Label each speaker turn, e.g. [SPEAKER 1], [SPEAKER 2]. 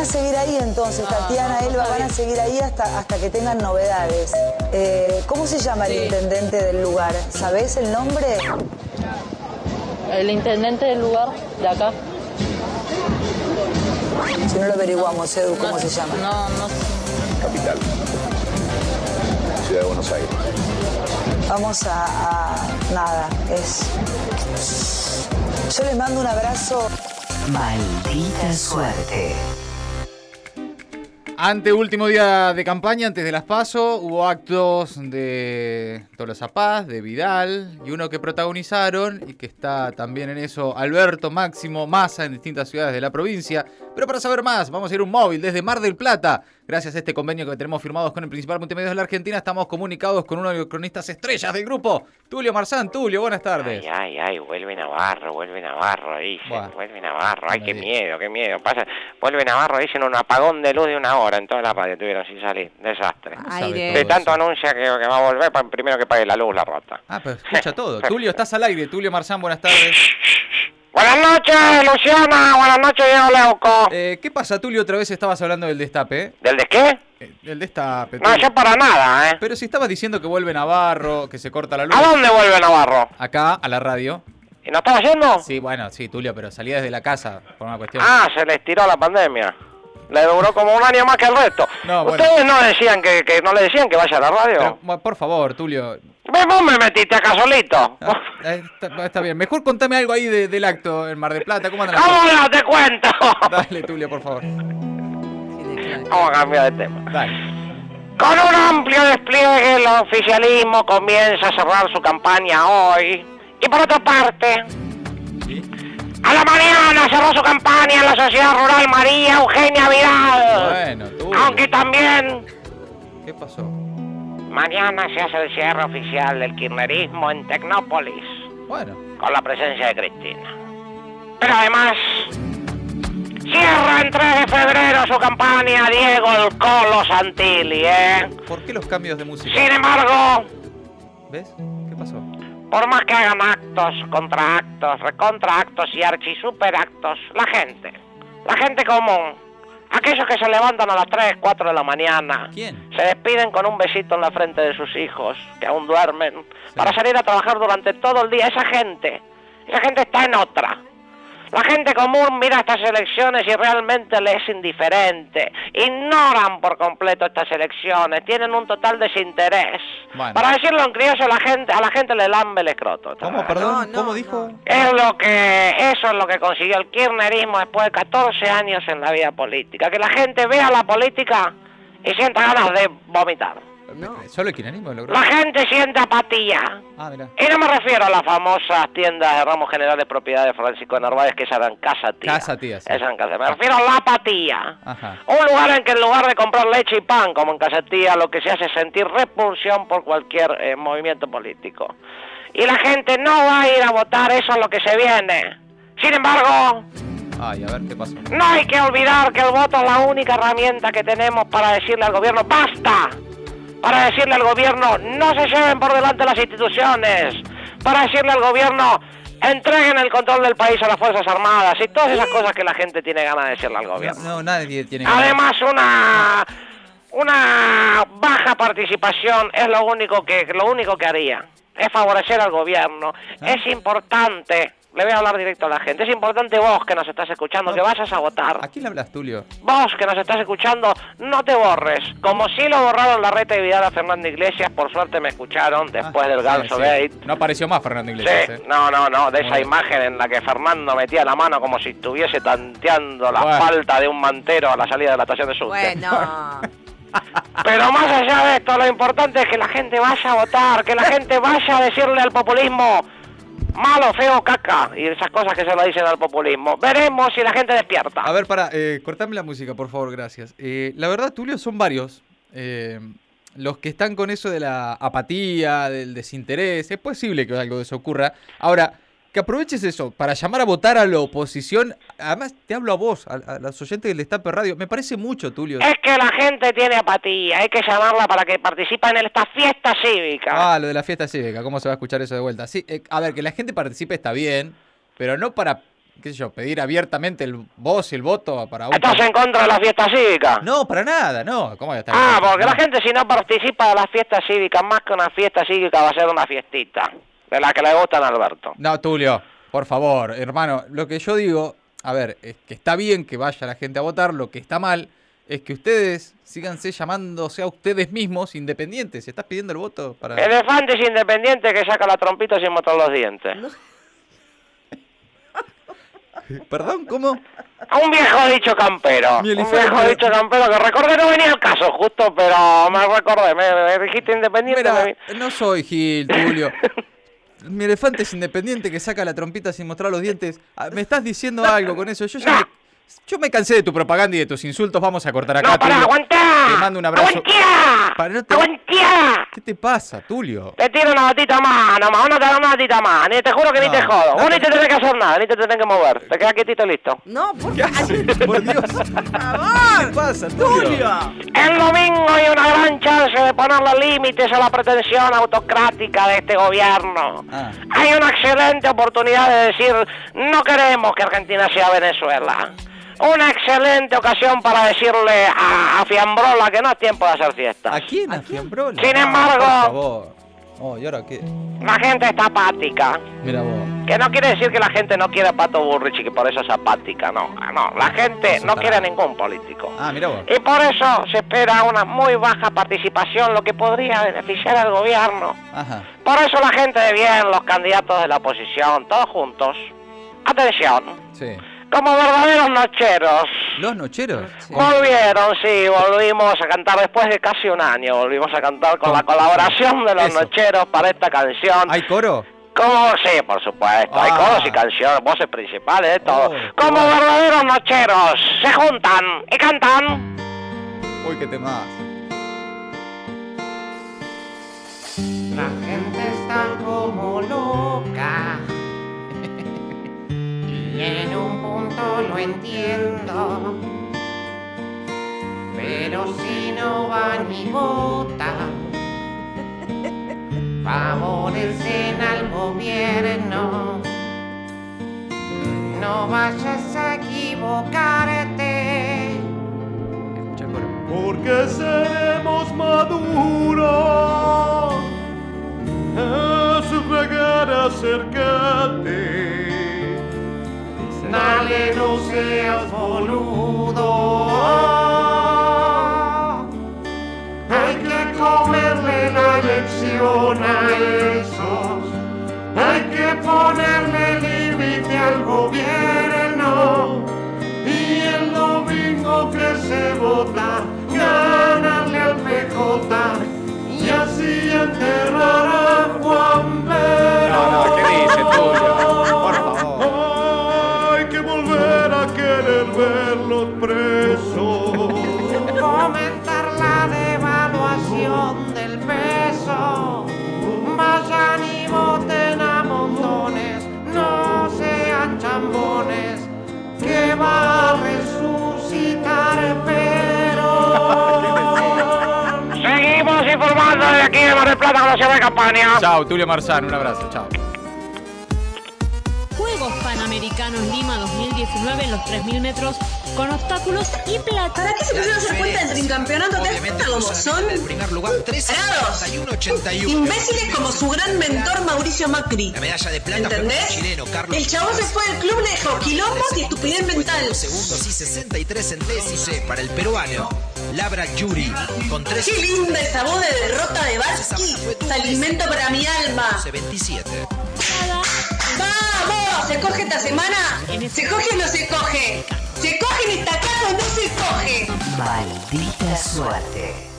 [SPEAKER 1] a seguir ahí entonces, Tatiana, Elba, van a seguir ahí hasta, hasta que tengan novedades. Eh, ¿Cómo se llama el intendente del lugar? ¿Sabés el nombre?
[SPEAKER 2] El intendente del lugar, de acá.
[SPEAKER 1] Si no lo averiguamos, Edu, ¿cómo
[SPEAKER 2] No,
[SPEAKER 1] se llama?
[SPEAKER 2] No, no sé.
[SPEAKER 3] capital. Ciudad de Buenos Aires.
[SPEAKER 1] Vamos a, a- Nada, es... Yo les mando un abrazo.
[SPEAKER 4] Maldita suerte.
[SPEAKER 5] Ante último día de campaña, antes de las PASO, hubo actos de Tolosa Paz, de Vidal, y uno que protagonizaron, y que está también en eso, Alberto Máximo Massa, en distintas ciudades de la provincia. Pero para saber más, vamos a ir a un móvil desde Mar del Plata. Gracias a este convenio que tenemos firmados con el principal multimedia de la Argentina, estamos comunicados con uno de los cronistas estrellas del grupo, Tulio Marzán. Tulio, buenas tardes.
[SPEAKER 6] Ay, ay, ay, vuelve Navarro, vuelve Navarro, dicen,
[SPEAKER 5] Buah.
[SPEAKER 6] vuelve Navarro, ay,
[SPEAKER 5] No
[SPEAKER 6] qué
[SPEAKER 5] digas.
[SPEAKER 6] miedo, qué miedo, pasa, vuelve Navarro, dicen un apagón de luz de una hora en toda la radio, tuvieron sin salir, desastre.
[SPEAKER 5] ¿Cómo sabe
[SPEAKER 7] Aire.
[SPEAKER 5] todo
[SPEAKER 6] De tanto
[SPEAKER 5] eso?
[SPEAKER 6] anuncia que, que va a volver, pa- primero que pague la luz la rata.
[SPEAKER 5] Ah, pero escucha todo. Tulio, estás al aire. Tulio Marzán, buenas tardes.
[SPEAKER 6] Buenas noches, Luciana, buenas noches, Diego Leuco.
[SPEAKER 5] Eh, ¿Qué pasa, Tulio? Otra vez estabas hablando del destape, ¿eh?
[SPEAKER 6] ¿Del de qué?
[SPEAKER 5] Eh, El destape.
[SPEAKER 6] No,
[SPEAKER 5] Tulio.
[SPEAKER 6] yo para nada, ¿eh?
[SPEAKER 5] Pero si estabas diciendo que vuelve Navarro, que se corta la luz.
[SPEAKER 6] ¿A dónde vuelve Navarro?
[SPEAKER 5] Acá, a la radio.
[SPEAKER 6] ¿Y no estaba yendo?
[SPEAKER 5] Sí, bueno, sí, Tulio, pero salía desde la casa por una cuestión.
[SPEAKER 6] Ah, se les tiró la pandemia. Le duró como un año más que el resto.
[SPEAKER 5] No, bueno.
[SPEAKER 6] ¿Ustedes no decían que, que no le decían que vaya a la radio?
[SPEAKER 5] Pero, bueno, por favor, Tulio.
[SPEAKER 6] Ve, Vos me metiste acá solito.
[SPEAKER 5] Ah, eh, está, está bien. Mejor contame algo ahí de- del acto en Mar del Plata. ¿Cómo andan las
[SPEAKER 6] ¿Cómo no te cuento?
[SPEAKER 5] cosas? Dale, Tulio, por favor.
[SPEAKER 6] Vamos a cambiar de tema.
[SPEAKER 5] Dale.
[SPEAKER 6] Con un amplio despliegue, el oficialismo comienza a cerrar su campaña hoy. Y por otra parte, a la mañana cerró su campaña en la sociedad rural María Eugenia Vidal.
[SPEAKER 5] Bueno, Tulio.
[SPEAKER 6] Aunque también
[SPEAKER 5] ¿Qué pasó?
[SPEAKER 6] mañana se hace el cierre oficial del kirchnerismo en Tecnópolis
[SPEAKER 5] Bueno,
[SPEAKER 6] con la presencia de Cristina. Pero además, cierra en 3 de febrero su campaña Diego el Colo Santilli, ¿eh?
[SPEAKER 5] ¿por qué los cambios de música?
[SPEAKER 6] Sin embargo,
[SPEAKER 5] ¿Ves? ¿Qué pasó?
[SPEAKER 6] por más que hagan actos, contraactos, recontraactos y archisuperactos, la gente, la gente común, aquellos que se levantan a las 3, 4 de la mañana,
[SPEAKER 5] ¿Quién?
[SPEAKER 6] se despiden con un besito en la frente de sus hijos, que aún duermen, para salir a trabajar durante todo el día, esa gente, esa gente está en otra. La gente común mira estas elecciones y realmente le es indiferente. Ignoran por completo estas elecciones, tienen un total desinterés.
[SPEAKER 5] Bueno.
[SPEAKER 6] Para decirlo en criollo, la gente, a la gente le lambe el escroto.
[SPEAKER 5] ¿Cómo? Perdón,
[SPEAKER 7] No, no,
[SPEAKER 5] ¿cómo dijo?
[SPEAKER 6] Es lo que, eso es lo que consiguió el kirchnerismo después de 14 años en la vida política. Que la gente vea la política y sienta ganas de vomitar.
[SPEAKER 5] Eh, Solo el kirchnerismo logró.
[SPEAKER 6] La gente siente apatía.
[SPEAKER 5] Ah, mirá.
[SPEAKER 6] Y no me refiero a las famosas tiendas de ramos general de propiedad de Francisco Narváez, que esas eran casa tía.
[SPEAKER 5] Casa tía, sí.
[SPEAKER 6] Esas eran casa. Me refiero a la apatía.
[SPEAKER 5] Ajá.
[SPEAKER 6] Un lugar en que en lugar de comprar leche y pan, como en casa tía, lo que se hace es sentir repulsión por cualquier eh, movimiento político. Y la gente no va a ir a votar, eso es lo que se viene. Sin embargo,
[SPEAKER 5] Ay, a ver, ¿qué pasó?
[SPEAKER 6] no hay que olvidar que el voto es la única herramienta que tenemos para decirle al gobierno ¡basta! Para decirle al gobierno no se lleven por delante las instituciones. Para decirle al gobierno entreguen el control del país a las Fuerzas Armadas y todas esas cosas que la gente tiene ganas de decirle al
[SPEAKER 5] No,
[SPEAKER 6] gobierno.
[SPEAKER 5] no, nadie tiene
[SPEAKER 6] Además, una una baja participación es lo único que lo único que haría es favorecer al gobierno.
[SPEAKER 5] Ah.
[SPEAKER 6] Es importante, le voy a hablar directo a la gente. Es importante vos que nos estás escuchando que vayas a votar.
[SPEAKER 5] ¿A quién le hablas, Tulio?
[SPEAKER 6] Vos que nos estás escuchando, no te borres. Como si lo borraron la reta de Vidal a Fernando Iglesias, por suerte me escucharon después
[SPEAKER 5] Ah,
[SPEAKER 6] Pues del
[SPEAKER 5] sí,
[SPEAKER 6] Ganso
[SPEAKER 5] sí.
[SPEAKER 6] Gate.
[SPEAKER 5] No apareció más Fernando Iglesias.
[SPEAKER 6] Sí,
[SPEAKER 5] eh.
[SPEAKER 6] no, no, no, de esa
[SPEAKER 5] Bueno.
[SPEAKER 6] imagen en la que Fernando metía la mano como si estuviese tanteando la
[SPEAKER 5] Bueno.
[SPEAKER 6] falta de un mantero a la salida de la estación de subte.
[SPEAKER 7] Bueno,
[SPEAKER 6] Pero más allá de esto, lo importante es que la gente vaya a votar, que la gente vaya a decirle al populismo malo, feo, caca y esas cosas que se lo dicen al populismo. Veremos si la gente despierta.
[SPEAKER 5] A ver, para, eh, cortame la música, por favor, gracias. Eh, la verdad, Tulio, son varios. eh, los que están con eso de la apatía, del desinterés, es posible que algo de eso ocurra. Ahora, que aproveches eso para llamar a votar a la oposición. Además, te hablo a vos, a, a los oyentes del Destape Radio. Me parece mucho, Tulio.
[SPEAKER 6] Es que la gente tiene apatía, hay que llamarla para que participe en esta fiesta cívica.
[SPEAKER 5] Ah, lo de la fiesta cívica, ¿cómo se va a escuchar eso de vuelta? Sí, eh, a ver, que la gente participe está bien, pero no para qué sé yo, pedir abiertamente el voz y el voto para un...
[SPEAKER 6] ¿Estás en contra de la fiesta cívica?
[SPEAKER 5] No, para nada, no. ¿Cómo voy a estar en
[SPEAKER 6] Ah,
[SPEAKER 5] contra?
[SPEAKER 6] porque
[SPEAKER 5] No.
[SPEAKER 6] la gente si no participa de las fiestas cívicas, más que una fiesta cívica va a ser una fiestita, de la que le gustan a Alberto.
[SPEAKER 5] No, Tulio, por favor, hermano, lo que yo digo, a ver, es que está bien que vaya la gente a votar, lo que está mal es que ustedes síganse llamándose a ustedes mismos independientes. ¿Estás pidiendo el voto para...?
[SPEAKER 6] Elefantes independientes que saca la trompita sin mostrar los dientes.
[SPEAKER 5] Perdón, ¿cómo?
[SPEAKER 6] A un viejo dicho campero.
[SPEAKER 5] Mi
[SPEAKER 6] Un
[SPEAKER 5] elefante.
[SPEAKER 6] viejo dicho campero que recordé no venía al caso justo, pero me recordé, me, me dijiste independiente.
[SPEAKER 5] Mira,
[SPEAKER 6] me vi-
[SPEAKER 5] no soy Gil, Tulio. Mi elefante es independiente que saca la trompita sin mostrar los dientes. Ah, Me estás diciendo algo con eso. Yo ya me, yo me cansé de tu propaganda y de tus insultos. Vamos a cortar acá.
[SPEAKER 6] No, pará,
[SPEAKER 5] Tulio.
[SPEAKER 6] aguantá.
[SPEAKER 5] Te mando un abrazo.
[SPEAKER 6] Aguantá.
[SPEAKER 5] Pará, no te-
[SPEAKER 6] Aguantá.
[SPEAKER 5] ¿Qué te pasa, Tulio?
[SPEAKER 6] Te tiro una batita más, nomás, no te da una batita más, ni te juro que
[SPEAKER 5] No,
[SPEAKER 6] ni te jodo.
[SPEAKER 5] no
[SPEAKER 6] Vos ni
[SPEAKER 5] te-
[SPEAKER 6] te tenés que hacer nada, ni te tenés que mover. Te quedas quietito y listo.
[SPEAKER 7] No, por
[SPEAKER 5] ¿Qué haces? Por Dios. ¿Qué
[SPEAKER 7] favor.
[SPEAKER 5] pasa, Tulio?
[SPEAKER 7] Tulio.
[SPEAKER 6] El domingo hay una gran chance de ponerle límites a la pretensión autocrática de este gobierno.
[SPEAKER 5] Ah.
[SPEAKER 6] Hay una excelente oportunidad de decir, no queremos que Argentina sea Venezuela. Una excelente ocasión para decirle a, a Fiambrola que no es tiempo de hacer fiestas.
[SPEAKER 5] ¿A quién? ¿A quién, bro?
[SPEAKER 6] Sin
[SPEAKER 5] Ah,
[SPEAKER 6] embargo-
[SPEAKER 5] Por favor. Oh, ¿y ahora qué?
[SPEAKER 6] La gente está apática.
[SPEAKER 5] Mira vos.
[SPEAKER 6] Que no quiere decir que la gente no quiera a Pato Burrich y que por eso es apática, no. Ah, No, la gente
[SPEAKER 5] Eso
[SPEAKER 6] no
[SPEAKER 5] está
[SPEAKER 6] quiere a
[SPEAKER 5] bien.
[SPEAKER 6] ningún político.
[SPEAKER 5] Ah, mira vos.
[SPEAKER 6] Y por eso se espera una muy baja participación, lo que podría beneficiar al gobierno.
[SPEAKER 5] Ajá.
[SPEAKER 6] Por eso la gente de bien, los candidatos de la oposición, todos juntos. Atención,
[SPEAKER 5] Sí.
[SPEAKER 6] como verdaderos nocheros.
[SPEAKER 5] ¿Los nocheros?
[SPEAKER 6] Volvieron, sí, volvimos a cantar después de casi un año. Volvimos a cantar con la colaboración de los
[SPEAKER 5] Eso.
[SPEAKER 6] nocheros para esta canción.
[SPEAKER 5] ¿Hay coro?
[SPEAKER 6] Como sí, por supuesto. Hay
[SPEAKER 5] Ah.
[SPEAKER 6] coros y canciones, voces principales, de todo.
[SPEAKER 5] Oh,
[SPEAKER 6] Como
[SPEAKER 5] qué bueno.
[SPEAKER 6] verdaderos nocheros, se juntan y cantan.
[SPEAKER 5] Uy, qué tema.
[SPEAKER 8] La gente está como loca. Y en un punto lo entiendo. Pero si no van y votan, favorecen al gobierno. No vayas a equivocarte. Porque seremos maduros. Es llegar a acercarte. Dale, no seas boludo. Hay que comerle la lección a esos. Hay que ponerle límite al gobierno. Y el domingo que se vota, ganarle al PJ y así enterrar a Juan Vero.
[SPEAKER 5] No, no, ¿qué dice, Tulio? Por favor.
[SPEAKER 8] Hay que volver a querer verlos presos. Fomentar la devaluación del peso. Vayan y voten a montones, no sean chambones que va a resucitar pero
[SPEAKER 6] Seguimos informando desde aquí de Mar del Plata con la ciudad de Campaña.
[SPEAKER 5] Chao, Tulio Marzán. Un abrazo. Chao.
[SPEAKER 9] Juegos Panamericanos Lima 2019 en los 3.000 metros con obstáculos y plata.
[SPEAKER 7] ¿Para qué se pusieron a hacer cuenta del trincampeonato? ¿Te das cuenta cómo son?
[SPEAKER 10] En primer lugar, 13
[SPEAKER 7] Parados.
[SPEAKER 10] 81, 81.
[SPEAKER 7] Imbéciles como su gran mentor Mauricio Macri.
[SPEAKER 10] La medalla de plata fue para
[SPEAKER 7] ¿Entendés?
[SPEAKER 10] el chileno Carlos
[SPEAKER 7] El chabón se fue del club, le dejó quilombos y estupidez mental.
[SPEAKER 10] Segundos y 63 centésimes para el peruano. Labra Yuri con 3
[SPEAKER 7] Qué linda esa voz de derrota de Barsky. Alimento para mi alma.
[SPEAKER 10] 27.
[SPEAKER 7] ¡Vamos! ¿Se coge esta semana? ¿Se coge o no se coge? ¿Se coge en esta casa o no se coge?
[SPEAKER 4] Maldita suerte.